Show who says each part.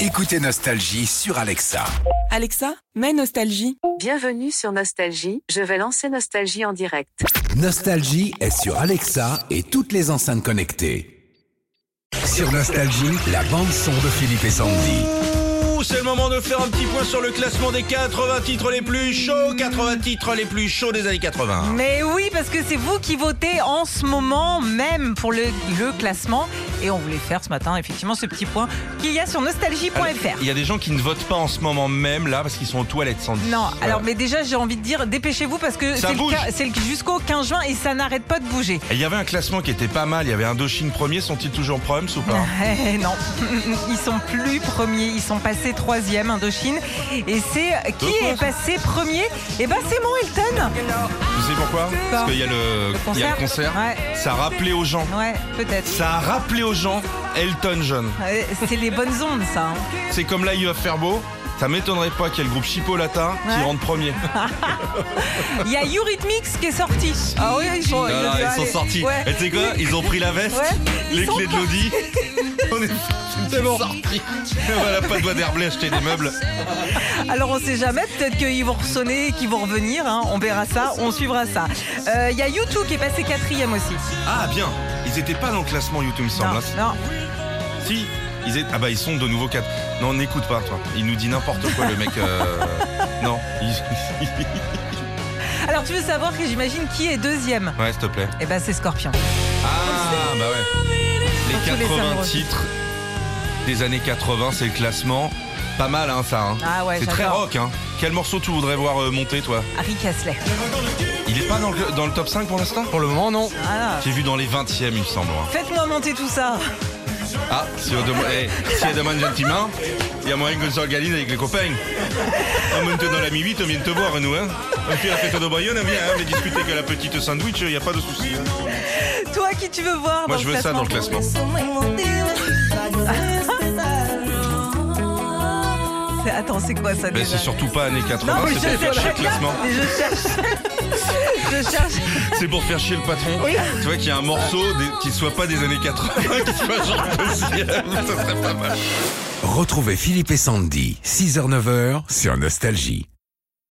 Speaker 1: Écoutez Nostalgie sur Alexa.
Speaker 2: Alexa, mets Nostalgie.
Speaker 3: Bienvenue sur Nostalgie, je vais lancer Nostalgie en direct.
Speaker 1: Nostalgie est sur Alexa et toutes les enceintes connectées. Sur Nostalgie, la bande son de Philippe et Sandy.
Speaker 4: Ouh, C'est le moment de faire un petit point sur le classement des 80 titres les plus chauds, 80 titres les plus chauds des années 80.
Speaker 5: Mais oui, parce que c'est vous qui votez en ce moment même pour le, le classement. Et on voulait faire ce matin, effectivement, ce petit point qu'il y a sur nostalgie.fr.
Speaker 4: Il y a des gens qui ne votent pas en ce moment même là parce qu'ils sont aux toilettes sans
Speaker 5: Non,
Speaker 4: Voilà.
Speaker 5: alors, mais déjà, j'ai envie de dire, dépêchez-vous parce que
Speaker 4: Ça
Speaker 5: c'est le,
Speaker 4: bouge.
Speaker 5: cas- c'est le- jusqu'au 15 juin et ça n'arrête pas de bouger.
Speaker 4: Et Il y avait un classement qui était pas mal, il y avait Indochine premier, sont-ils toujours proms ou pas
Speaker 5: Eh, non, ils sont plus premiers, ils sont passés troisième, Indochine. Et c'est euh, qui
Speaker 4: Pourquoi
Speaker 5: est passé premier Eh ben, c'est mon Hilton.
Speaker 4: Vous savez pourquoi Parce qu'il y a le,
Speaker 5: Le
Speaker 4: il y a le
Speaker 5: concert.
Speaker 4: concert.
Speaker 5: Ouais.
Speaker 4: Ça a rappelé aux gens.
Speaker 5: Ouais, peut-être.
Speaker 4: Ça a rappelé aux gens Elton John.
Speaker 5: Ouais, C'est les bonnes ondes, ça. hein.
Speaker 4: C'est comme là, il va faire beau. Ça m'étonnerait pas qu'il y ait le groupe Chipolata qui
Speaker 5: Ouais.
Speaker 4: rentre premier.
Speaker 5: Il y a Eurythmics qui est sorti. Ah oui, ils sont,
Speaker 4: Ah, ils sont sortis.
Speaker 5: Ouais.
Speaker 4: Et tu sais quoi Ils ont pris la veste,
Speaker 5: Ouais, ils
Speaker 4: les
Speaker 5: sont
Speaker 4: clés de l'audi. On est, c'est bon. sortis. voilà, pas de doigt d'herblé acheter des meubles.
Speaker 5: Alors on sait jamais, peut-être qu'ils vont ressonner, qu'ils vont revenir. hein. On verra ça, on suivra ça. Euh, Il y a YouTube qui est passé quatrième aussi.
Speaker 4: Ah bien, ils étaient pas dans le classement YouTube, me semble.
Speaker 5: Non,
Speaker 4: hein.
Speaker 5: non.
Speaker 4: Si, ils étaient... Ah bah ils sont de nouveau 4. Non, n'écoute pas toi. Il nous dit n'importe quoi le mec. euh, Non. Il-
Speaker 5: Alors tu veux savoir que j'imagine qui est deuxième
Speaker 4: ouais, s'il te plaît.
Speaker 5: Eh ben c'est Scorpion.
Speaker 4: Ah bah ouais. Les
Speaker 5: Pour tous les
Speaker 4: 80
Speaker 5: amoureux.
Speaker 4: titres des années 80, c'est le classement. Pas mal hein ça. hein.
Speaker 5: Ah ouais,
Speaker 4: c'est très
Speaker 5: j'adore.
Speaker 4: rock hein. Quel morceau tu voudrais voir euh, monter toi
Speaker 5: Harry Casley.
Speaker 4: Il est pas dans le, dans le top 5 pour l'instant Pour le moment, non.
Speaker 5: Ah.
Speaker 4: J'ai vu dans les 20 e il me semble. hein.
Speaker 5: Faites-moi monter tout ça.
Speaker 4: Ah, si on demande, eh, si elle demande gentiment, il y a moyen qu'on s'organise avec les copains. On monte dans la mi-8, on vient de te voir, nous. Hein. On fait la fête de Bayonne, on vient, hein, on est discuter que la petite sandwich, il n'y a pas de souci. hein.
Speaker 5: Toi qui tu veux voir
Speaker 4: Moi,
Speaker 5: dans
Speaker 4: je
Speaker 5: le
Speaker 4: veux ça dans le classement.
Speaker 5: C'est- Attends, c'est quoi ça
Speaker 4: Mais
Speaker 5: déjà
Speaker 4: Ben, c'est surtout pas années
Speaker 5: Non,
Speaker 4: 80,
Speaker 5: mais je
Speaker 4: c'est pour faire chier
Speaker 5: sais
Speaker 4: le classement.
Speaker 5: mais je cherche. je cherche.
Speaker 4: C'est pour faire chier le patron. Tu vois qu'il y a un morceau des- qui soit pas des années 80, qui soit genre deuxième, ça serait pas mal.
Speaker 1: Retrouvez Philippe et Sandy, 6h-9h sur Nostalgie.